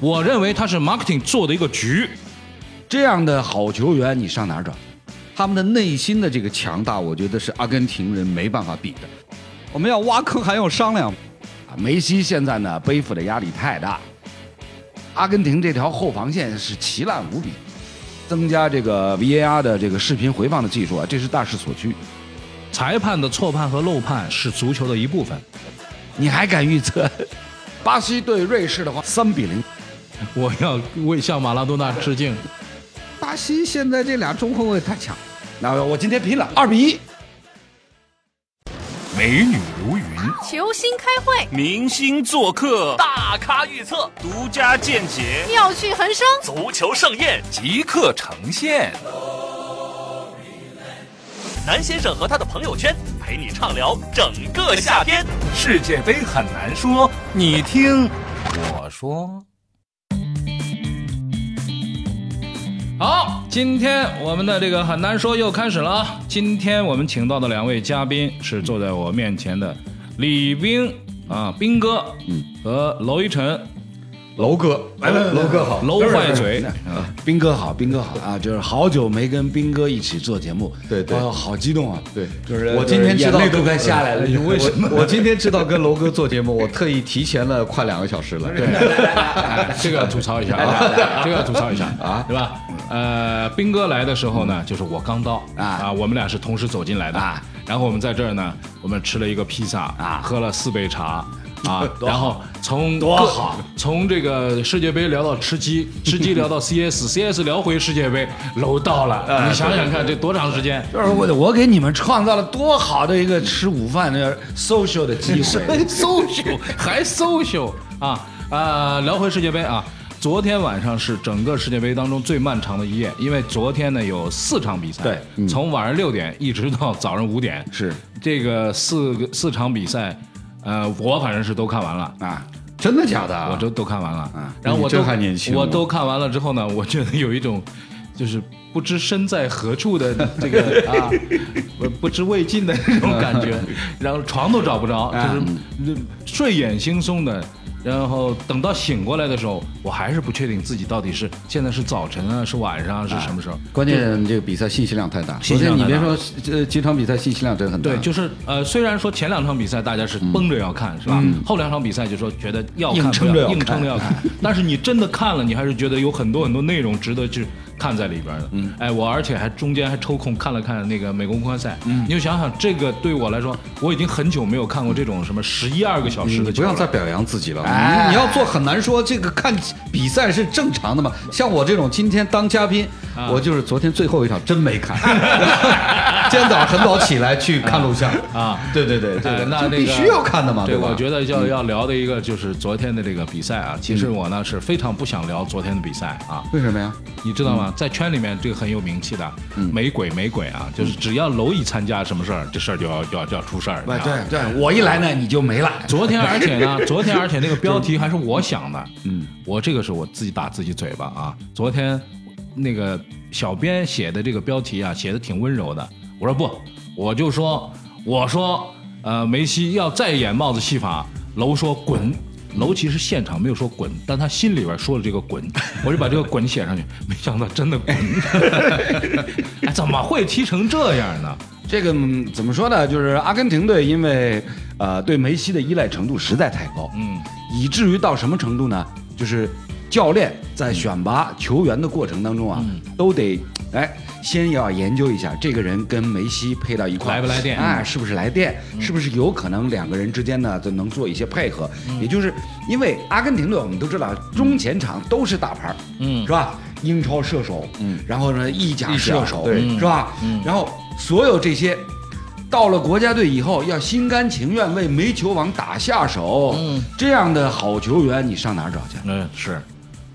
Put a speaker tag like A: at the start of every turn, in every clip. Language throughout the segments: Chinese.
A: 我认为他是 marketing 做的一个局。
B: 这样的好球员，你上哪儿找？他们的内心的这个强大，我觉得是阿根廷人没办法比的。
C: 我们要挖坑还要商量。
B: 啊梅西现在呢，背负的压力太大。阿根廷这条后防线是奇烂无比，增加这个 VAR 的这个视频回放的技术啊，这是大势所趋。
A: 裁判的错判和漏判是足球的一部分。
B: 你还敢预测 巴西对瑞士的话，三比零？
A: 我要为向马拉多纳致敬。
C: 巴西现在这俩中后卫太强，
B: 那我今天拼了，二比一。
D: 美女如云，
E: 球星开会，
F: 明星做客，
G: 大咖预测，
F: 独家见解，
E: 妙趣横生。
G: 足球盛宴，
D: 即刻呈现。
G: 南先生和他的朋友圈陪你畅聊整个夏天。
D: 世界杯很难说，你 听我说。
A: 好，今天我们的这个很难说又开始了啊！今天我们请到的两位嘉宾是坐在我面前的李冰啊，冰哥，嗯，和娄一晨，
B: 楼哥，楼哥好，
A: 娄坏嘴啊，
B: 斌哥好，斌哥好啊！就是好久没跟斌哥一起做节目，
H: 对对
B: 哎呦好激动啊！
H: 对
B: 就是
H: 我今天
B: 就是
H: 知道嗯
B: 眼泪都快下来了，你为什么？
H: 我今天知道跟楼哥做节目，我特意提前了快两个小时了。对，
A: 这个要吐槽一下 啊，这个要吐槽一下啊，对吧？呃，斌哥来的时候呢，就是我刚到
B: 啊
A: 啊，我们俩是同时走进来的
B: 啊。
A: 然后我们在这儿呢，我们吃了一个披萨
B: 啊
A: 喝了四杯茶 啊，然后从
B: 多
A: 各
B: 好，
A: 从这个世界杯聊到吃 鸡，吃鸡聊到 CS，CS 聊回世界杯，楼到
B: 啊
A: 了，你想想看这多长时间？
B: 就是我我给你们创造了多好的一个吃午饭的 social 的机会，
A: social 还 social 啊啊！聊回世界杯啊，昨天晚上是整个世界杯当中最漫长的一夜，因为昨天呢有四场比赛，
B: 对嗯
A: 从晚上六点一直到早上五点，
B: 是
A: 这个四个四场比赛，呃，我反正是都看完了。
B: 啊，
H: 真的假的啊？
A: 我都都看完了，
B: 啊
A: 然后我
H: 你这
A: 都
H: 还年轻
A: 我都看完了之后呢，我觉得有一种就是不知身在何处 的这个啊，不不知未尽的那种感 觉，然后床都找不着，
H: 啊
A: 就是睡眼惺忪的。然后等到醒过来的时候，我还是不确定自己到底是现在是早晨啊，是晚上啊，是什么时候？
H: 关键这个比赛信息量太大，
A: 信
H: 昨
A: 息量
H: 天
A: 太
H: 你
A: 大
H: 别说，呃，几场比赛信息量真很
B: 嗯
H: 大。
A: 对，就是呃，虽然说前两场比赛大家是绷着要看，是吧？后两场比赛就说觉得要看
B: 硬撑
A: 不
B: 着要
A: 硬
B: 看
A: 撑着要看，但是你真的看了，你还是觉得有很多很多内容值得去看在里边的。嗯，哎，我而且还中间还抽空看了看那个美国公开赛，嗯，你就想想这个对我来说，我已经很久没有看过这种什么十一二个小时的
H: 你嗯不
A: 球了。
H: 要再表扬自己了，
B: 哎
H: 你你要做很难说。这个看比赛是正常的嘛？像我这种今天当嘉宾，
B: 啊
H: 我就是昨天最后一场真没看， 今天早上很早起来去看录像
A: 啊
H: 对对对，这
A: 哎
H: 个
A: 那
H: 这
A: 那个
H: 必须要看的嘛，
A: 对，
H: 吧？
A: 我觉得要要聊的一个就是昨天的这个比赛啊，其实我呢是非常不想聊昨天的比赛啊，
H: 为什么呀？
A: 你知道吗？在圈里面这个很有名气的，没鬼没鬼啊，就是只要蝼蚁参加什么事儿，这事儿就要就要就要出事儿。你知道
B: 对
H: 哎
A: 吗
B: 对对，我一来呢你就没了，
A: 昨天，而且 呢，昨天而且那个标题还是我想的，嗯，我这个是我自己打自己嘴巴啊。昨天那个小编写的这个标题啊，写的挺温柔的。我说不，我就说，我说，呃，梅西要再演帽子戏法，楼说滚。楼其实现场没有说滚，但他心里边说了这个滚，我就把这个滚写上去， 没想到真的滚， 哎怎么会踢成这样呢？
B: 这个嗯怎么说呢？就是阿根廷队因为呃对梅西的依赖程度实在太高，
A: 嗯，
B: 以至于到什么程度呢？就是教练在选拔球员的过程当中啊，
A: 嗯
B: 都得哎先要研究一下这个人跟梅西配到一块儿
A: 来不来电嗯
B: 哎，是不是来电？是不是有可能两个人之间呢就能做一些配合？
A: 嗯
B: 也就是因为阿根廷队我们都知道中前场都是大牌儿，
A: 嗯
B: 是吧？英超射手，嗯，然后呢意甲
H: 意甲
B: 射手，
H: 对
B: 是吧？然后所有这些到了国家队以后，要心甘情愿为煤球王打下手，这样的好球员你上哪儿找去？
A: 嗯，是，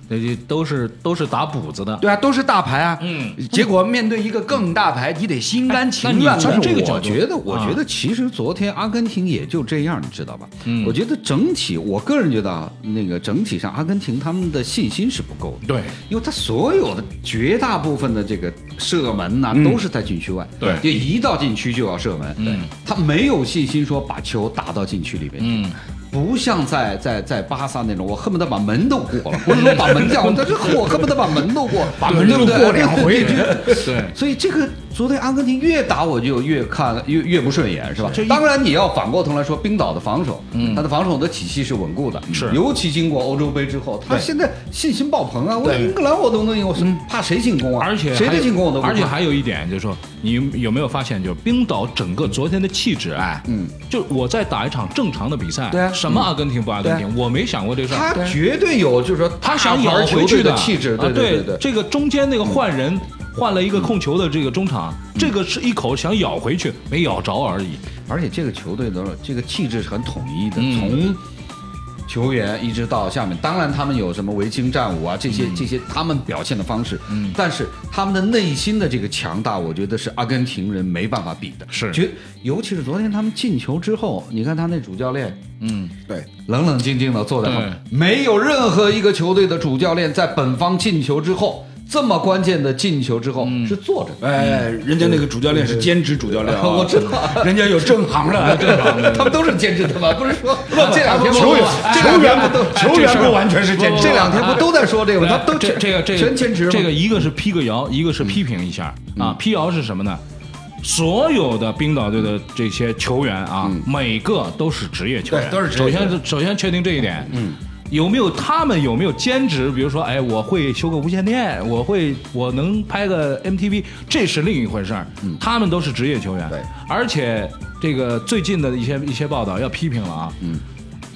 A: 这这都是都是打补子的，
B: 对啊，都是大牌啊，
A: 嗯，
B: 结果面对一个更大牌，你得心甘情
A: 哎那
B: 愿
A: 你
B: 的。
A: 从这个角
H: 我
A: 度
H: 觉得，我
A: 啊
H: 觉得其实昨天阿根廷也就这样，你知道吧？
A: 嗯
H: 我觉得整体，我个人觉得啊，那个整体上，阿根廷他们的信心是不够的。
A: 对，
H: 因为他所有的绝大部分的这个射门呐、都是在禁区外，
A: 嗯对嗯
H: 就一到禁区就要射门，对，他没有信心说把球打到禁区里面去。
A: 嗯，
H: 不像在在在巴萨那种，我恨不得把门都过了，不是说把 门掉，但是我恨不得把门都过，把
A: 门都过两 回对
H: 所以这个昨天阿根廷越打我就越看越越不顺眼，是吧
A: 这？一
H: 当然你要反过头来说，冰岛的防守，他的防守的体系是稳固的，
A: 嗯是
H: 尤其经过欧洲杯之后，他
A: 对
H: 现在信心爆棚啊！我
A: 对嗯
H: 英格兰我都能赢，我是怕谁进攻啊？
A: 而且
H: 谁
A: 还
H: 的
A: 有
H: 进攻我都不
A: 而且
H: 怕
A: 还有一点就是说，你有没有发现，就是冰岛整个昨天的气质，哎，嗯，就我在打一场正常的比赛，
H: 对啊
A: 什么阿根廷不阿根廷，我没想过这事儿。
H: 他绝对有，就是说
A: 他想
H: 大
A: 咬
H: 牌球
A: 回去
H: 队
A: 的
H: 的气质，
A: 啊
H: 对对对。嗯
A: 这个中间那个换人。换了一个控球的这个中场，这个是一口想咬回去，没咬着而已。
H: 而且这个球队的这个气质是很统一的，
A: 嗯
H: 从球员一直到下面，当然他们有什么维京战舞啊，这些、
A: 嗯
H: 这些他们表现的方式，嗯，但是他们的内心的这个强大，我觉得是阿根廷人没办法比的，
A: 是
H: 绝，尤其是昨天他们进球之后，你看他那主教练，
A: 嗯，
H: 对，冷冷静静的坐在旁边，
A: 对
H: 没有任何一个球队的主教练在本方进球之后。这么关键的进球之后、
A: 嗯
H: 是坐着的，
B: 哎，人家那个主教练是兼职主教 练啊，
H: 我知道，
B: 人家有正行的，正行的。
H: 他们都是兼职的嘛，不是说这两天啊
B: 球员
H: 这
B: 球
H: 两
B: 员
H: 天
B: 不
H: 不都
B: 球员不完全是兼职，
H: 这两天不都在说这个吗？
A: 对
H: 他
A: 啊
H: 们都
A: 这
H: 全
A: 这个这个
H: 全兼职吗
A: 这个一个是批个谣，一个是批评一下
B: 嗯
A: 啊。批谣是什么呢？所有的冰岛队的这些球员啊，每个都是职业球员，
B: 嗯对都是职
A: 首
B: 业球员
A: 先首先确定这一点，嗯。有没有他们有没有兼职？比如说，哎，我会修个无线电，我会我能拍个 MTV，这是另一回事儿。
B: 嗯
A: 他们都是职业球员，
H: 对
A: 而且这个最近的一些一些报道要批评了啊，嗯，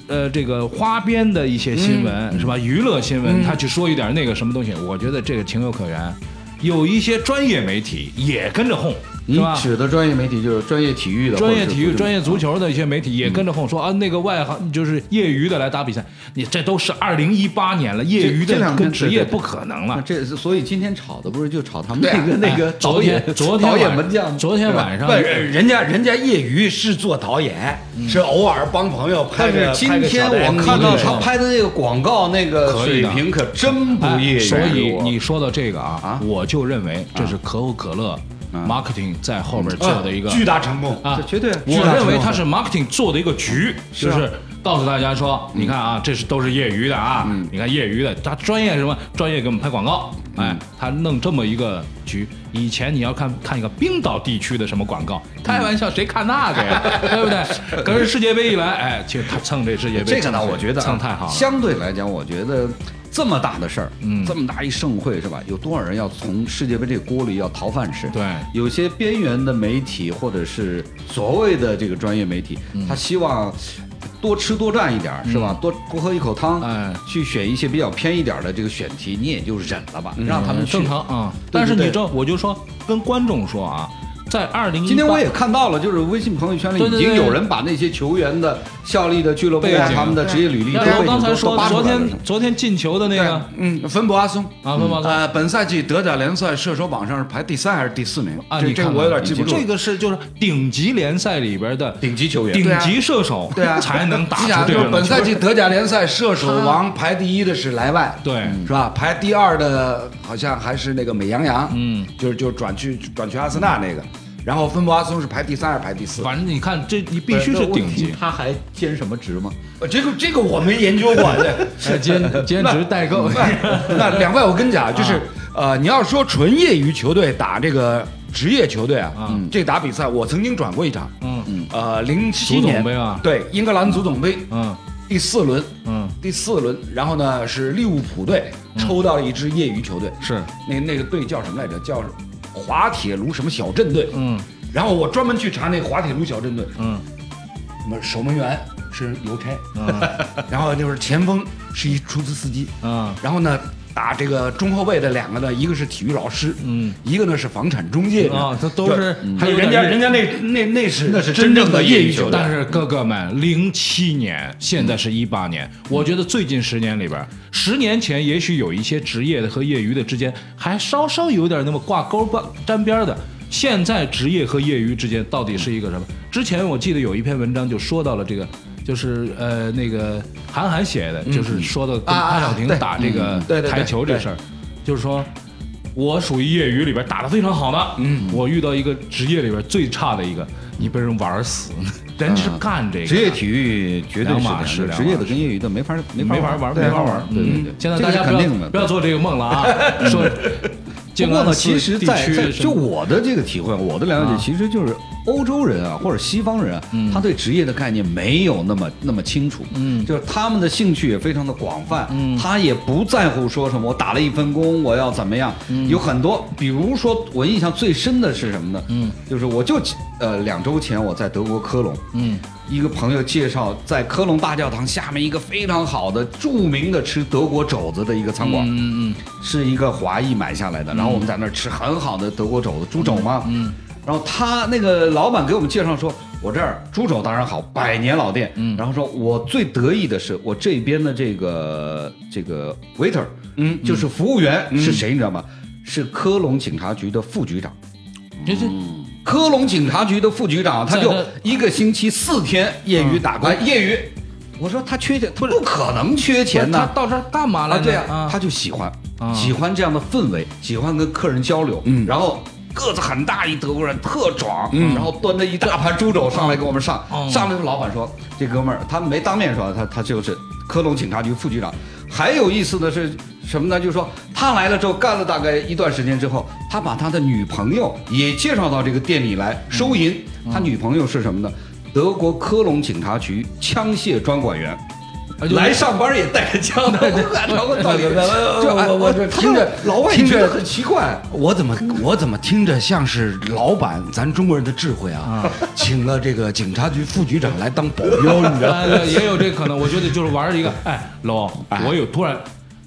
A: 呃，这个花边的一些新闻、
H: 嗯
A: 是吧？娱乐新闻，他去说一点那个什么东西，我觉得这个情有可原。有一些专业媒体也跟着哄，是
H: 你
A: 吧？
H: 指的专业媒体就是专业体育的，
A: 专业体育、专
H: 业
A: 业足球的一些媒体也跟着哄说
H: 嗯
A: 啊，那个外行就是业余的来打比赛，你这都是二零一八年了，业余
H: 这
A: 的
H: 两天
A: 跟职
H: 对
A: 业
H: 对
A: 不可能了。
H: 啊这是所以今天吵的不是就吵他们那个那个
A: 哎昨
H: 导
A: 天
H: 演
A: 昨天
H: 导演
A: 晚
H: 门将吗
A: 昨天晚上
B: 不，人家人家业余是做导演，是偶尔帮朋友拍
H: 嗯但是
B: 个。
H: 今
B: 拍个小
H: 天
B: 的
H: 我
B: MV
H: 看到
B: 对
H: 他拍的那个广告，那个
A: 可以
H: 水
A: 的
H: 平可真不哎业余。
A: 哎所以你说到这个啊
H: 啊，
A: 我就认为这是可口可乐 marketing 在后面做的一个
B: 巨大成功，
A: 啊
H: 这，绝对
A: 我
H: 巨大
A: 认为
H: 成功
A: 它是 marketing 做的一个局，
H: 啊
A: 就是告诉大家说，你看
H: 嗯
A: 啊，这是都是业余的啊，你看业余的，他专业什么专业给我们拍广告，
H: 嗯
A: 哎，他弄这么一个局。以前你要看看一个冰岛地区的什么广告，
H: 嗯
A: 开玩笑，谁看那个 呀，对不对？可是世界杯一来，哎，其实他蹭这世界杯，
H: 这个呢，
A: 蹭
H: 我觉得啊
A: 蹭太好了。
H: 相对来讲，我觉得这么大的事儿，嗯，这么大一盛会是吧？有多少人要从世界杯这锅里要讨饭吃？
A: 对
H: 有些边缘的媒体或者是所谓的这个专业媒体，
A: 嗯
H: 他希望。多吃多占一点儿是吧？多多喝一口汤，
A: 哎
H: 去选一些比较偏一点儿的这个选题，你也就忍了吧，让他们去
A: 嗯正常。啊，
H: 嗯对
A: 但是你
H: 对
A: 知道，我就说跟观众说啊，在二零
H: 今天我也看到了，就是微信朋友圈里
A: 嗯对对
H: 已经
A: 对
H: 有人把那些球员的效力的俱乐部
A: 背
H: 啊、
A: 景
H: 他们的职业履历都
A: 但是
H: 被你
A: 哎我
H: 都
A: 刚才说
H: 都扒出来
A: 昨天
H: 了
A: 昨天进球的那个
B: 嗯，芬博阿松
A: 啊，温
H: 哎
A: 宝松
B: 呃，本赛季德甲联赛射手榜上是排第三还是第四名？
A: 啊，
B: 这
A: 你
B: 这
A: 看
B: 我
A: 看
B: 有点记不住。
A: 这个是就是顶级联赛里边的
H: 顶级球员，
A: 顶级射手，
B: 对啊，
A: 才能打
B: 你想
A: 出这
B: 就
A: 样的
B: 本
A: 球。
B: 赛季德甲联赛射手王排第一的是莱万，
A: 对
B: 是吧？排第二的好像还是那个美羊羊，
A: 嗯，
B: 就是就转去转去阿森纳那个，然后芬博阿松是排第三还是排第四？
A: 反正你看，这你必须是顶 级。
H: 他还兼什么职吗？
B: 呃这个这个我没研究 过，这
A: 兼兼职代购，
B: 那两位，我跟你讲，就是、呃，你要说纯业余球队打这个职业球队啊，
A: 嗯
B: 这打比赛我曾经转过一场，
A: 嗯
B: 呃，零七
A: 足总
B: 年
A: 杯啊
B: 对，英格兰足总杯
A: 嗯
B: 第四轮，
A: 嗯，
B: 第四轮，然后呢是利物浦队抽到了一支业余球队，
A: 是
B: 那那个队叫什么来着？叫滑铁卢什么小镇队，
A: 嗯
B: 然后我专门去查那滑铁卢小镇队，
A: 嗯
B: 什么守门员是邮差，
A: 嗯
B: 然后就是前锋是一出租司机，
A: 嗯
B: 然后呢，打这个中后卫的两个呢，一个是体育老师，
A: 嗯，
B: 一个呢是房产中介
A: 啊，这都
B: 对
A: 是
B: 还有人家人家那那那是那是真正的业余球
A: 但
B: 员。
A: 是哥哥们，零七年，现在是一八年，我觉得最近十年里边，十年前也许有一些职业的和业余的之间还稍稍有点那么挂钩吧沾边儿的。现在职业和业余之间到底是一个什么？之前我记得有一篇文章就说到了这个，就是呃那个韩寒写
B: 嗯
A: 的，就是说的跟
B: 啊
A: 潘晓婷打这个台球这事儿，就是说我属于业余里边打得非常好的，嗯，我遇到一个职业里边最差的一个，你被人玩死，人
H: 啊
A: 是干这个的
B: 职业体育绝对
A: 两
B: 是
A: 码
B: 这
A: 事
B: 样的
A: 两
B: 职业
A: 码
B: 的
A: 事
B: 跟业余的没法没
A: 没
H: 哦
B: 法
A: 法玩，
B: 对
A: 没
H: 啊
A: 法
B: 玩
A: 玩。。
B: 对对
A: 嗯
B: 对，
A: 现在
B: 这
A: 大
B: 是
A: 家不
B: 肯
A: 要
B: 定的，
A: 不要做这个梦了 啊！说，
H: 不
A: 静
H: 过
A: 安
H: 呢，
A: 寺
H: 其实
A: 地
H: 在，
A: 区
H: 在
A: 什
H: 就
A: 么
H: 我的这个体会，我的了解
A: 啊，
H: 其实就是欧洲人啊，或者西方人啊，他对职业的概念没有那么那么清楚，
A: 嗯
H: 就是他们的兴趣也非常的广泛，
A: 嗯
H: 他也不在乎说什么我打了一份工，我要怎么样，
A: 嗯
H: 有很多，比如说我印象最深的是什么呢？
A: 嗯，
H: 就是我就呃两周前我在德国科隆，
A: 嗯
H: 一个朋友介绍，在科隆大教堂下面一个非常好的、著名的吃德国肘子的一个餐馆，
A: 嗯嗯
H: 是一个华裔买下来的，然后我们在那儿吃很好的德国肘子，猪肘嘛。
A: 嗯
H: 然后他那个老板给我们介绍说，我这儿猪肘当然好，百年老店。
A: 嗯
H: 然后说我最得意的是我这边的这个这个 waiter，嗯，就是服务员、是谁你知道吗？是科隆警察局的副局长。
A: 嗯，这是
H: 科隆警察局的副局长，他
A: 在
H: 就
A: 那
H: 一个星期四天业余打工，哎业余。我说他缺钱，他不可能缺钱
A: 他
H: 呐。
A: 到这儿干嘛来
H: 啊，
A: 呢？
H: 对啊
A: 啊，，
H: 他就喜欢
A: 啊，
H: 喜欢这样的氛围，喜欢跟客人交流。
B: 嗯
H: 然后个子很大一德国人，特壮，然后端着一大盘猪肘上来给我们上，
A: 嗯
H: 上来老板说这哥们儿，他没当面说，他他就是科隆警察局副局长。还有意思的是什么呢？就是说他来了之后，干了大概一段时间之后，他把他的女朋友也介绍到这个店里来收银。
A: 嗯
H: 他女朋友是什么呢？德国科隆警察局枪械专管员。
A: 啊就
H: 来上班也带着枪， 对对，哎聊个道理，就哎
B: 我我这
H: 他
B: 听着
H: 老外
B: 听
H: 觉
B: 着
H: 得很奇怪，
B: 我怎么我怎么听着像是老板，咱中国人的智慧啊，请了这个警察局副局长来当保 镖，你知道吗？
A: 呃，也有这可能。我觉得就是玩一个，哎，老王，我有突然，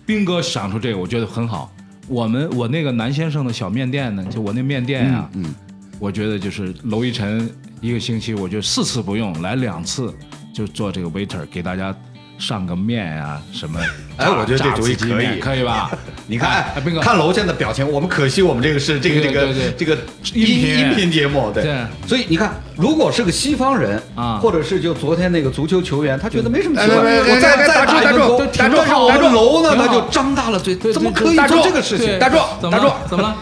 A: 斌哥想出这个，我觉得很好。我们我那个南先生的小面店呢，就我那面店啊，嗯，我觉得就是娄一晨一个星期，我就四次不用，来两次就做这个 waiter 给大家。上个面啊，什么？
H: 哎我觉得这主意
A: 炸鸡面
H: 可
A: 可以吧？
H: 你看，
A: 哎
H: 哎
A: 斌哥，
H: 看楼现在表情，我们可惜我们这个是这个这
A: 对对
H: 个
A: 对
H: 这个
A: 音频哎
H: 音频节目，对
A: 对。
H: 所以你看，如果是个西方人
A: 啊
H: 或者是就昨天那个足球球员，他觉得没什么奇怪，
B: 哎哎哎哎
H: 我再
B: 哎打
H: 再
B: 住
H: 打一
B: 打
H: 个
B: 住
H: 球，
B: 打住
H: 但是
B: 打住
H: 我们楼呢，
A: 挺
H: 他
A: 好
H: 就张大了嘴，
A: 对
H: 怎么
A: 对
H: 可以
A: 大
H: 做
A: 壮
H: 这个事情
A: 对？
B: 大壮
A: 怎么
B: 大壮
A: 了？怎么了？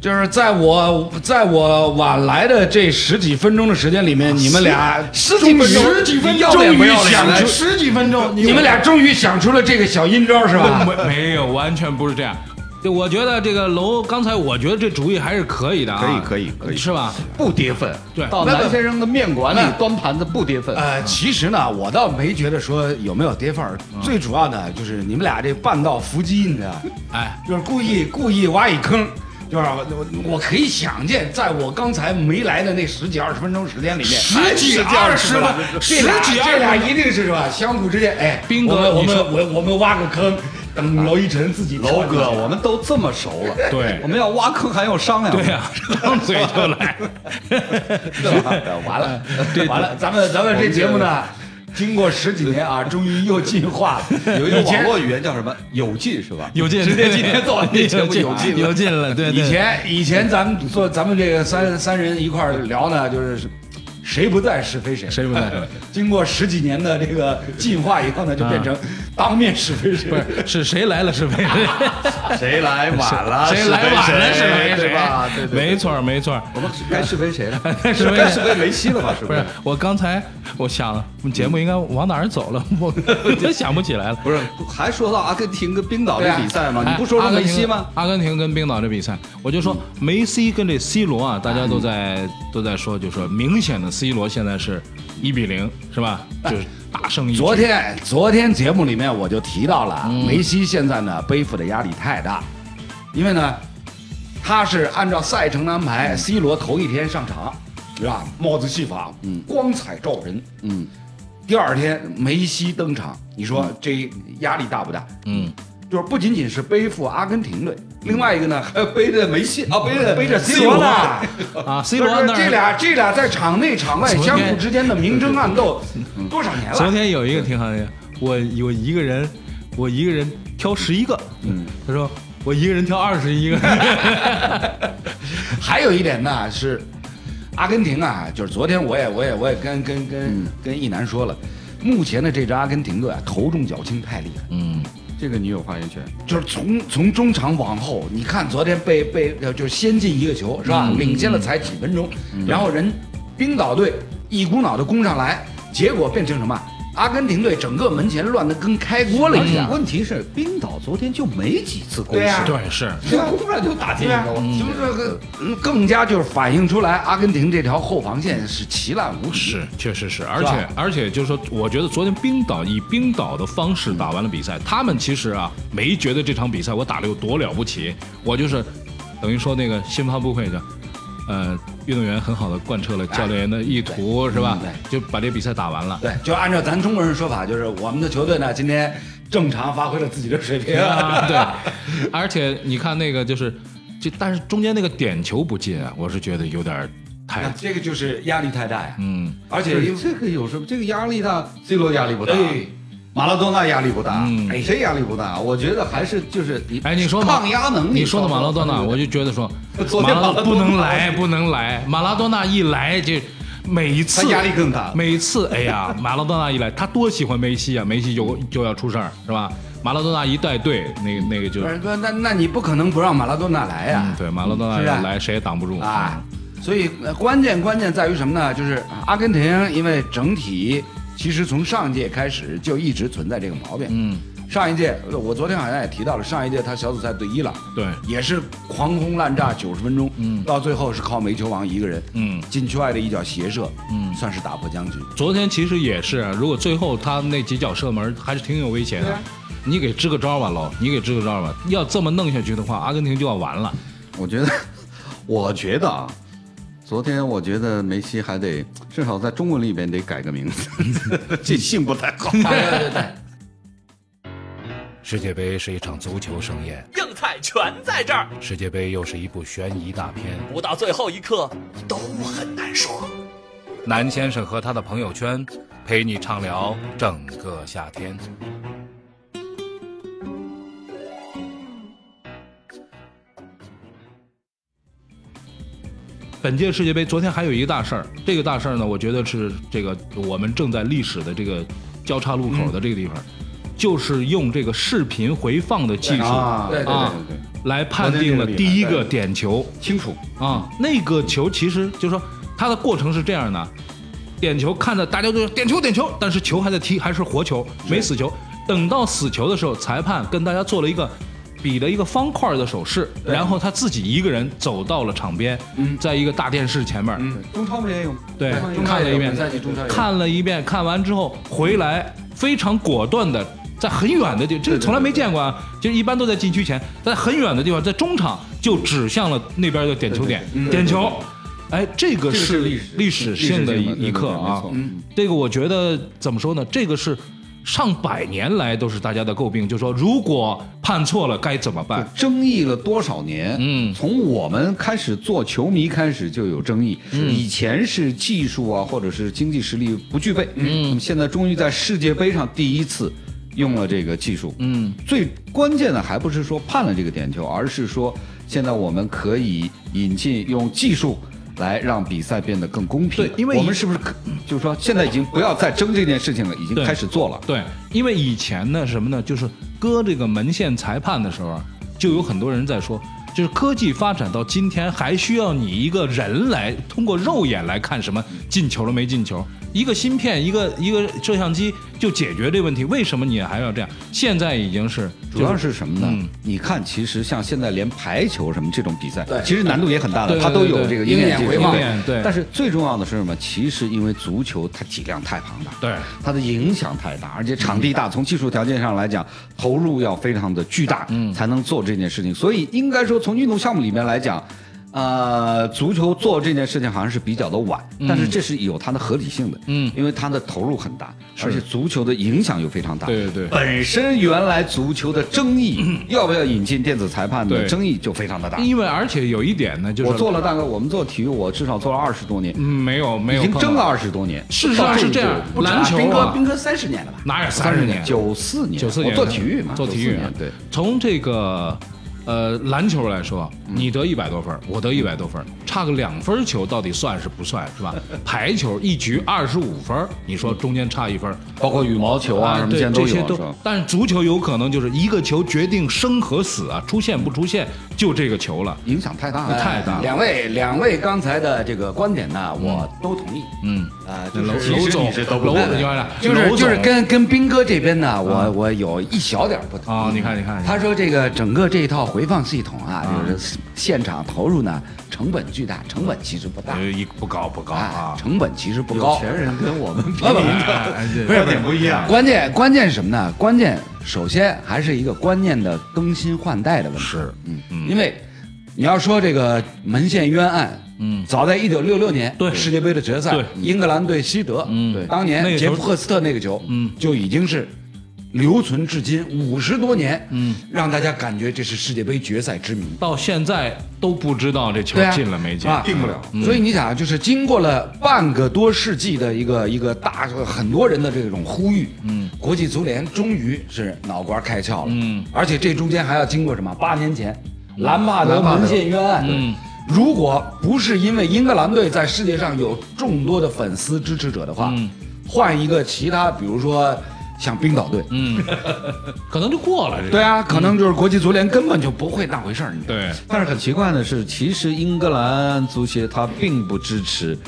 B: 就是在我在我晚来的这十几分钟的时间里面，你们俩
H: 十几分钟，
B: 啊十几分钟
H: 终
B: 终于
H: 于想
B: 想
H: 出
B: 出，
H: 十几分钟，
B: 你们俩终于想出了这个小阴招是吧？
A: 没没有，完全不是这样。对，我觉得这个楼，刚才我觉得这主意还是可以的啊，
H: 可以可以可以
A: 是吧？
H: 不跌份，
A: 对
H: 到
B: 那个
H: 南先生的面馆里
B: 那
H: 端盘子不跌份。
B: 呃，其实呢，我倒没觉得说有没有跌份儿，最主要呢就是你们俩这半道伏击，你知道吗，
A: 哎，
B: 就是故意故意挖一坑，就是我我可以想见，在我刚才没来的那十几二十分钟时间里面，哎十几二十分，这俩
A: 十几二十
B: 这俩一定是什么相互之间，哎，
A: 斌哥
B: 我
A: 你
B: 们
A: 说
B: 我们我我们挖个坑，等娄一晨自己跳
H: 楼
B: 进去
H: 哥，我们都这么熟了，
A: 对
H: 我们要挖坑还要商量。
A: 对啊呀、张嘴就 来。
B: 完了，哎对，完了，咱们咱们这节目呢，经过十几年 啊，终于又进化了。
H: 有一种
B: 以前
H: 网络语言叫什么“有劲”是吧？
A: 有劲，
H: 直接今天做完这节目有劲了
A: 有劲了，对对。
B: 以前以前咱们做咱们这个三三人一块儿聊呢，就是谁不在是非谁。
A: 谁不 在？
B: 经过十几年的这个进化以后呢，就变成当面是非谁
A: 嗯不。是是谁来了是 非
H: 谁来晚了？
A: 谁来晚了是非
H: 对吧？对对。
A: 没错没错，
H: 我们该是非谁 了？
A: 是非
H: 该是非梅西了吧？是
A: 不
H: 是
A: 是？我刚才我想了，我们节目应该往哪儿走了？我 我真想不起来了。
H: 不是，还说到阿根廷跟冰岛
B: 对
H: 这
B: 啊
H: 比赛吗？你
A: 哎
H: 不说说
A: 阿根
H: 梅
A: 廷
H: 西吗？
A: 阿根廷跟冰岛这比赛，我就说梅西跟这 C 罗啊，大家都在都在说，就说明显的 C 罗现在是一比零，是吧？就是大胜一局。
B: 昨天昨天节目里面我就提到了，
H: 嗯
B: 梅西现在呢背负的压力太大，因为呢，他是按照赛程安
A: 嗯
B: 排，C 罗头一天上场，是吧？帽子戏法，嗯，光彩照人，
H: 嗯，
B: 第二天梅西登场，你说这压力大不大？
A: 嗯，
B: 就是不仅仅是背负阿根廷队，
H: 另外一个呢，还有背着梅西啊，
A: 哦
H: 背着
B: 背着 C
H: 罗
B: 罗呢
H: 呢。
A: 啊，C
B: 就
A: 罗
B: 是
A: 那儿
B: 这俩这俩在场内场外
A: 昨天嗯
B: 相互之间的明争暗斗多少年
A: 昨
B: 了？
A: 天有一个挺好的，我我一个人，我一个人挑十一个，嗯，他说我一个人挑二十一个，
B: 还有一点呢是，阿根廷啊，就是昨天我也我也我也跟跟跟跟一楠说了，目前的这支阿根廷队啊，头重脚轻太厉害了。
A: 嗯，
H: 这个你有发言权。
B: 就是从从中场往后，你看昨天被被就是先进一个球是吧？领先了才几分钟，然后人冰岛队一股脑的攻上来，结果变成什么？阿根廷队整个门前乱的跟开锅了一样。
H: 问题是冰岛昨天就没几次攻
B: 对
H: 势
B: 呀，
A: 对，是
H: 突然就打进一
B: 对啊
H: 个，，
B: 是不是更嗯更加就是反映出来阿根廷这条后防线是奇烂无比？
A: 是，确实是，而且而且就是说，我觉得昨天冰岛以冰岛的方式打完了比赛，他们其实啊没觉得这场比赛我打的有多了不起，我就是等于说那个新闻发布会上，呃，运动员很好的贯彻了教练员的意图，是吧
B: 嗯？
A: 就把这比赛打 完了。
B: 对，就按照咱中国人说法，就是我们的球队呢，今天正常发挥了自己的水平。
A: 啊，对，而且你看那个就是，这但是中间那个点球不进啊，我是觉得有点
B: 那
H: 啊
A: 太，
B: 这个就是 压力太大呀，
A: 嗯
B: 而且因
H: 对
B: 为
H: 这个有什么？这个压力大，C 罗压力不大
B: 哎，
H: 马拉多纳压力不大哎
A: 嗯，
H: 谁压力不大？我觉得还是就是你
A: 哎，你说马
H: 抗压能力，
A: 你说的马拉多纳，我就觉得说，
H: 昨
A: 马
H: 天
A: 拉
H: 马拉多纳
A: 不能来，不能来。马拉多纳一来，这每一
H: 他
A: 次
H: 压力更大。
A: 每次哎 呀，马拉多纳一来，他多喜欢梅西啊，梅西就就要出事儿，是吧？马拉多纳一带队，那个那个就
H: 啊
B: 不，是那那那你不可能不让马拉多纳来呀
A: 嗯，对，马拉多纳
B: 是啊
A: 要来，谁也挡不住
H: 嗯
B: 啊，所以呃关键关键在于什么呢？就是阿根廷因为整体其实从上届开始就一直存在这个毛病。
A: 嗯，
B: 上一届呃我昨天好像也提到了，上一届他小组赛对伊朗
A: 嗯对，
B: 也是狂轰滥炸九十分钟，
A: 嗯
B: 到最后是靠梅球王一个人，
A: 嗯
B: 禁区外的一脚斜射，
A: 嗯。
B: 算是打破僵局。
A: 昨天其实也是，如果最后他那几脚射门还是挺有危
H: 啊
A: 险的，你给支个招吧，喽，你给支个招吧。要这么弄下去的话，阿根廷就要完了。
H: 我觉得， 我觉得啊，昨天我觉得梅西还得至少在中文里边得改个名字， 这姓不太好。
D: 世界杯是一场足球盛宴，
G: 硬菜全在这儿，
D: 世界杯又是一部悬疑大片。
G: 不到最后一刻都很难说。
D: 南先生和他的朋友圈，陪你畅聊整个夏天。
A: 本届世界杯昨天还有一个大事儿，这个大事儿呢，我觉得是这个我们正在历史的这个交叉路口的这个地方，
H: 嗯
A: 嗯就是用这个视频回放的技术
H: 啊，
B: 对
A: 啊
H: 对，
A: 来判定了第一
H: 昨天这个厉
A: 个
H: 害
A: 点球。
H: 清楚。
A: 啊，那个球其实就是说它的过程是这样的，点球看着大家都说点球点球，但是球还在踢，还是活球，没死球。等到死球的时候，裁判跟大家做了一个比了一个方块的手势，然后他自己一个人走到了场边，
H: 嗯
A: 在一个大电视前面，
H: 中超不也有？
A: 对
B: 中，超
A: 看
B: 也
A: 了
B: 有
A: 一遍
B: 比，赛你中超也有
A: 看了一遍，看完之后回来非常果断的，在很远的地，这个从来没见过啊，就一般都在禁区前，在很远的地方，在中场就指向了那边的点球点，点球。哎，这个
H: 是
A: 是
H: 历史
A: 历史性的一一刻啊！这个我觉得怎么说呢？这个是上百年来都是大家的诟病，就说如果判错了该怎么办？
H: 争议了多少年？
A: 嗯
H: 从我们开始做球迷开始就有争议。
A: 嗯
H: 以前是技术啊，或者是经济实力不具备。嗯，那么现在终于在世界杯上第一次用了这个技术。
A: 嗯，
H: 最关键的还不是说判了这个点球，而是说现在我们可以引进用技术。来让比赛变得更公平。
A: 对因为
H: 我们是不是可，就是说现在已经不要再争这件事情了，已经
A: 对
H: 开始做了。
A: 对，因为以前呢，什么呢，就是搁这个门线裁判的时候啊，就有很多人在说，就是科技发展到今天，还需要你一个人来通过肉眼来看什么进球了没进球，一个芯片，一个一个摄像机就解决这问题，为什么你还要这样？现在已经是
H: 主要是什么呢？
A: 嗯
H: 你看，其实像现在连排球什么这种比赛
B: 对，
H: 其实难度也很大
A: 对
H: 的，
A: 对
H: 它都有
A: 对
H: 这个
A: 对
H: 鹰眼
B: 鹰眼
H: 技
B: 回
H: 术
B: 放。
A: 对
H: 但是最重要的是什么？其实因为足球它体量太庞大，
A: 对
H: 它的影响太大，而且场地大，从技术条件上来讲，投入要非常的巨大，
A: 嗯
H: 才能做这件事情。所以应该说，从运动项目里面来讲。呃，足球做这件事情好像是比较的晚，但是这是有它的合理性的，
A: 嗯
H: 因为它的投入很大，
A: 是
H: 而且足球的影响又非常大，
A: 对对对。
H: 本身原来足球的争议，要不要引进电子裁判
A: 嗯
H: 的
A: 对
H: 争议就非常的大。
A: 因为而且有一点呢，就是
H: 我做了大概，我们做体育，我至少做了二十多年
A: 嗯，没有没
H: 已
A: 有
H: 经
A: 碰
H: 争了
A: 到，
H: 二十多年。
A: 事实上是这样，
B: 不止啊
A: 篮球
B: 斌哥
A: 啊
B: 斌哥三十年了吧？
A: 哪有三十年？
H: 九四年，
A: 九四
H: 我
A: 年
H: 做体育嘛，
A: 做体啊
H: 94
A: 育
H: 年对，
A: 从这个呃，篮球来说，
B: 嗯
A: 你得一百多分儿，我得一百多分儿，差个两分儿球到底算是不算是 吧？排球一局二十五分儿，你说中间差一分儿，
B: 包括羽毛球啊
A: 哎
B: 什么，
A: 对
B: 现在
A: 这
B: 都有
A: 些
B: 啊是吧，
A: 但是足球有可能就是一个球决定生和死啊，出现不出现就这个球了。
B: 影响太大了，
A: 太
H: 啊
A: 大了
B: 两位两位刚才的这个观点呢，我都同意。
A: 嗯，
B: 啊，就
A: 楼
B: 是
A: 楼总，楼
B: 就是嗯
A: 楼总
B: 就是跟跟斌哥这边呢，我我有一小点不同。
A: 啊，你看你看，
B: 他说这个整个这一套回放系统啊，就是现场投入呢，成本巨大，成本其实不大
A: 呃，一不高不高
B: 啊
A: 啊，，哎
B: 成本其实不高。
I: 人跟我们比
B: 不不不
A: 不
I: 观点不一样。
B: 关键关键是什么呢？关键首先还是一个观念的更新换代的问题。
A: 是，
B: 嗯，因为你要说这个门线冤案，
A: 嗯
B: 早在一九六六年
A: 对
B: 世界杯的决赛
A: 对，
B: 英格兰对西德，
A: 嗯对
B: 当
A: 那
B: 年
A: 个
B: 杰
A: 球
B: 夫赫斯特那个球，
A: 嗯
B: 就已经是留存至今五十多年，
A: 嗯，
B: 让大家感觉这是世界杯决赛之谜。
A: 到现在都不知道这球
B: 对啊
A: 进了没进。
B: 啊，
I: 进不了
B: 所以你想啊，就是经过了半个多世纪的一个一个大很多人的这种呼吁，
A: 嗯，
B: 国际足联终于是脑瓜开窍了，
A: 嗯，
B: 而且这中间还要经过什么？八年前兰帕德
I: 兰帕德
B: 门线冤案，
A: 嗯，
B: 如果不是因为英格兰队在世界上有众多的粉丝支持者的话，
A: 嗯
B: 换一个其他，比如说像冰岛队。
A: 嗯，可能就过了这个。
B: 对啊，可能就是国际足联根本就不会那回事儿，你知道吗
A: 对，
I: 但是很奇怪的是，其实英格兰足协他并不支持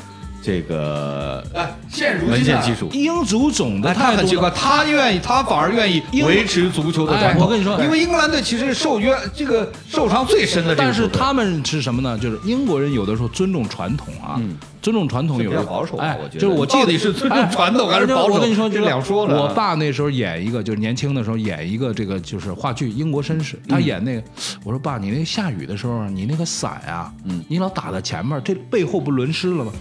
I: 这个
B: 哎，现如今
I: 文献
B: 呢
I: 技术。
A: 英足总的
I: 哎
A: 态
I: 他
A: 度
I: 很
A: 呢
I: 奇怪，他愿意，他反而愿意维持足球的传
A: 哎
I: 统。
A: 我跟你说
I: 因为英格兰队其实受冤，这个受伤最深的这个
A: 但
I: 球
A: 是
I: 队。
A: 他们是什么呢？就是英国人有的时候尊重传统啊，尊重传统有
I: 是
A: 的
I: 比较保守吧啊
A: 哎
I: 我，觉得
A: 就是我记
I: 嗯到
A: 得
I: 底是尊重传统还是
A: 哎
I: 保守
A: 我跟你说，就是
I: 这两说啊了
A: 我爸那时候演一个，就是年轻的时候演一个这个就是话剧《英国绅士》，他演那个，我说爸，你那个下雨的时候啊，你那个伞啊，
I: 嗯
A: 你老打在前面，这背后不淋湿了吗？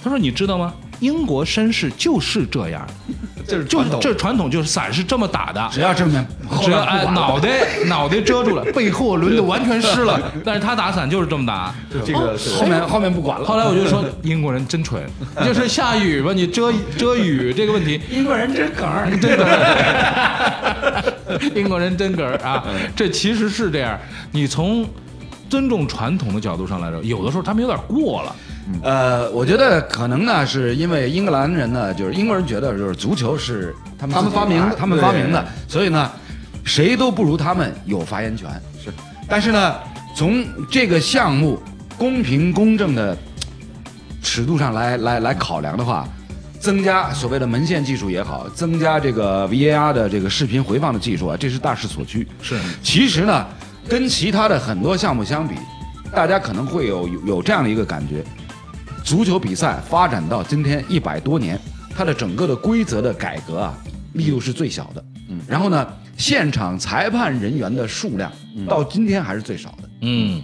A: 他说你知道吗？英国绅士就是这样，
I: 这是
A: 就
I: 传统
A: 这传统就是伞是这么打的，
B: 只要这么后
A: 只
B: 面
A: 要
B: 不管
A: 哎
B: 了
A: 脑袋脑袋遮住了， 背后轮的完全湿了，但是他打伞就是这么打。
I: 这个是
B: 后面后面不管了。
A: 后来我就 说英国人真蠢，就是下雨吧，你遮遮雨这个问题，
B: 英国人真梗儿，
A: 真梗儿，英国人真梗儿啊！
B: 嗯
A: 这其实是这样，你从尊重传统的角度上来说，有的时候他们有点过了。
B: 呃，我觉得可能呢，是因为英格兰人呢，就是英国人觉得就是足球是他们
I: 他们
B: 自己
I: 发明
B: 玩
I: 的
B: 他们发明的
I: 对，
B: 所以呢，谁都不如他们有发言权。是，但是呢，从这个项目公平公正的尺度上来来来考量的话，增加所谓的门线技术也好，增加这个 VAR 的这个视频回放的技术啊，这是大势所趋。
A: 是，
B: 其实呢，跟其他的很多项目相比，大家可能会有有有这样的一个感觉：足球比赛发展到今天一百多年，它的整个的规则的改革啊，力度是最小的。嗯，然后呢，现场裁判人员的数量到今天还是最少的。
A: 嗯，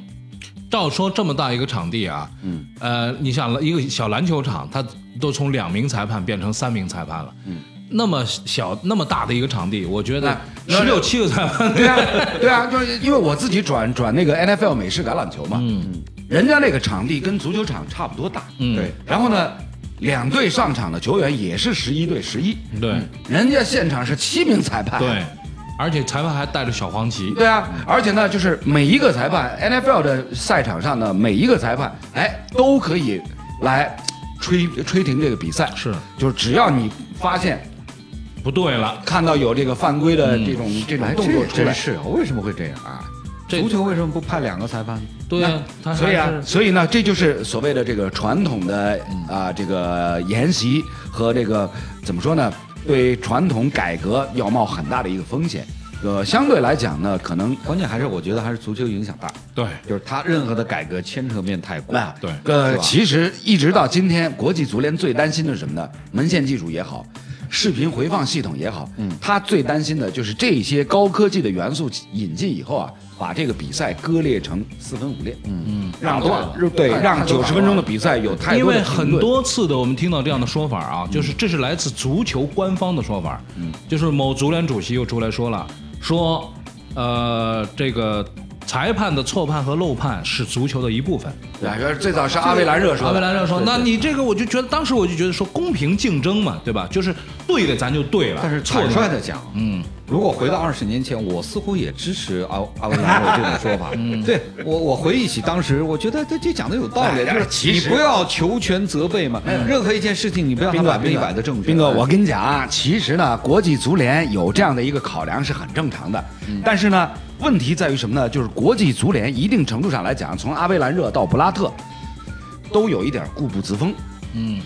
A: 照说这么大一个场地啊，
B: 嗯，
A: 呃，你想一个小篮球场，它都从两名裁判变成三名裁判了，嗯，那么小那么大的一个场地，我觉得
B: 那
A: 十六七个裁判，
B: 对啊，对啊，就是因为我自己转转那个 NFL 美式橄榄球嘛，
A: 嗯
B: 人家那个场地跟足球场差不多大。
A: 嗯，
I: 对
B: 然后呢，两队上场的球员也是十一对十一，
A: 对
B: 人家现场是七名裁判。
A: 嗯对，而且裁判还带着小黄旗，
B: 对啊，而且呢，就是每一个裁判 NFL 的赛场上呢，每一个裁判哎都可以来吹吹停这个比赛，
A: 是
B: 就是只要你发现
A: 不对了，
B: 看到有这个犯规的这种、这种
I: 哎，
B: 动作
I: 这
B: 出来
I: 真，是啊，为什么会这样啊？
A: 这
I: 足球为什么不派两个裁判？
A: 对啊，他还
B: 所以啊，
A: 是
B: 所以呢，这就是所谓的这个传统的啊、这个沿袭和这个怎么说呢，对传统改革要冒很大的一个风险。呃，相对来讲呢，可能
I: 关键还是我觉得还是足球影响大，
A: 对
I: 就是他任何的改革牵扯面太广
B: 那。
A: 对
B: 呃
I: 是，吧
B: 其实一直到今天，国际足联最担心的是什么呢？门线技术也好，视频回放系统也好，嗯，他最担心的就是这些高科技的元素引进以后啊，把这个比赛割裂成四分五裂，嗯嗯，让多少对让九十分钟的比赛有太
A: 因
B: 多的
A: 为
B: 评论嗯
A: 很多次的我们听到这样的说法啊，就是这是来自足球官方的说法，就是某足联主席又出来说了，说，呃，这个裁判的错判和漏判是足球的一部分。
B: 对，说哎最早是阿维兰热说的，
A: 阿维兰热说，那你这个我就觉得当时我就觉得说公平竞争嘛，对吧？就是对的咱就对了，
H: 但是
A: 错
H: 坦率的讲，
A: 嗯，
H: 如果回到二十年前，我似乎也支持阿阿文达我这种 说法。
B: 嗯
H: 对我，我回忆起当时，我觉得这这讲的有道
B: 哎
H: 理，就是你不要求全责备嘛。任何一件事情，你不要拿百分之一百的证据。
B: 嗯斌哥，我跟你讲啊，其实呢，国际足联有这样的一个考量是很正常的，
H: 嗯
B: 但是呢，问题在于什么呢？就是国际足联一定程度上来讲，从阿维兰热到布拉特，都有一点固步自封。
A: 嗯，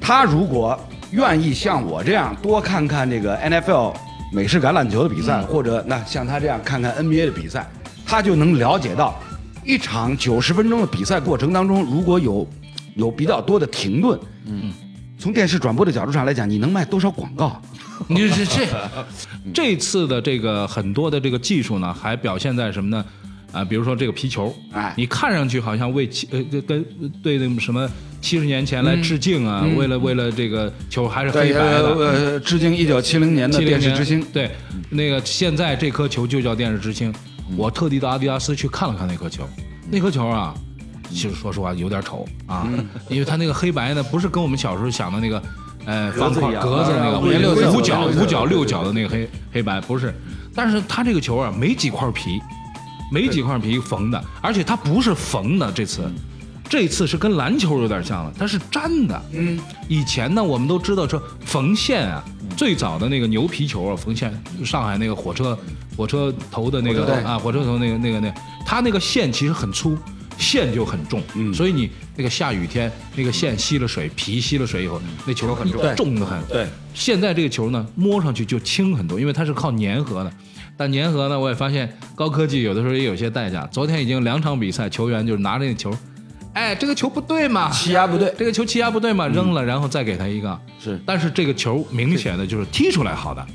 B: 他如果愿意像我这样多看看这个 NFL 美式橄榄球的比
H: 嗯
B: 赛，或者那像他这样看看 NBA 的比赛，他就能了解到一场九十分钟的比赛过程当中，如果有有比较多的停顿，嗯，从电视转播的角度上来讲，你能卖多少广告？
A: 你这这这次的这个很多的这个技术呢，还表现在什么呢？啊、比如说这个皮球，
B: 哎
A: 你看上去好像为七呃跟跟对那个什么七十年前来致敬啊，为了为了这个球还是黑白的，
B: 呃，致敬一九七零年的
A: 70
B: 电视
A: 年
B: 之星。
A: 对，那个现在这颗球就叫电视之星。我
B: 嗯
A: 特地到阿迪达斯去看了看那颗球，那颗球啊，其实说实话有点丑啊，
B: 嗯
A: 因为它那个黑白呢，不是跟我们小时候想的那个，呃，方块格子那个
B: 五颜六色
A: 五角
B: 对对对
A: 五角六角的那个黑黑白，不是。但是它这个球啊，没几块皮，没几块皮缝的，而且它不是缝的，这
B: 嗯
A: 次，这次是跟篮球有点像了，它是粘的。嗯，以前呢，我们都知道说缝线啊，最早的那个牛皮球啊，缝线，上海那个火车火车头的那个啊，火车头那个那个那个，它那个线其实很粗。线就很重，所以你那个下雨天，那个线吸了水，皮吸了水以后，那嗯球很重，重的很。对，现在这个球呢，摸上去就轻很多，因为它是靠粘合的。但粘合呢，我也发现高科技有的时候也有些代价。昨天已经两场比赛，球员就是拿着那球，哎，这个球不对嘛，
B: 气压不对，
A: 这个球气压不对嘛，扔了，然后再给他一个。是，但是这个球明显的就是踢出来好的。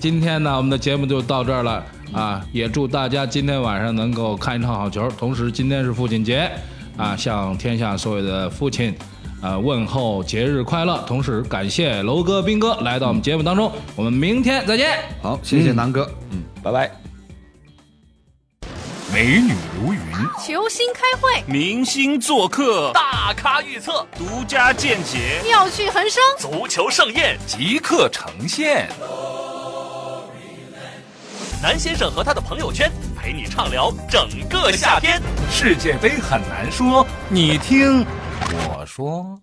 A: 今天呢，我们的节目就到这儿了啊！也祝大家今天晚上能够看一场好球。同时，今天是父亲节啊，向天下所有的父亲，呃，问候节日快乐。同时，感谢楼哥、斌哥来到我们节目当中，我们明天再见。
H: 好，谢谢南哥。
F: 美女如云，
E: 球星开会，
F: 明星做
D: 呃
F: 客，
G: 大咖预测，
F: 独家见解，
E: 妙趣横生。
G: 足球盛宴，
D: 即刻呈现。
G: 南先生和他的朋友圈陪你畅聊整个夏天。
D: 世界杯很难说，你听我说。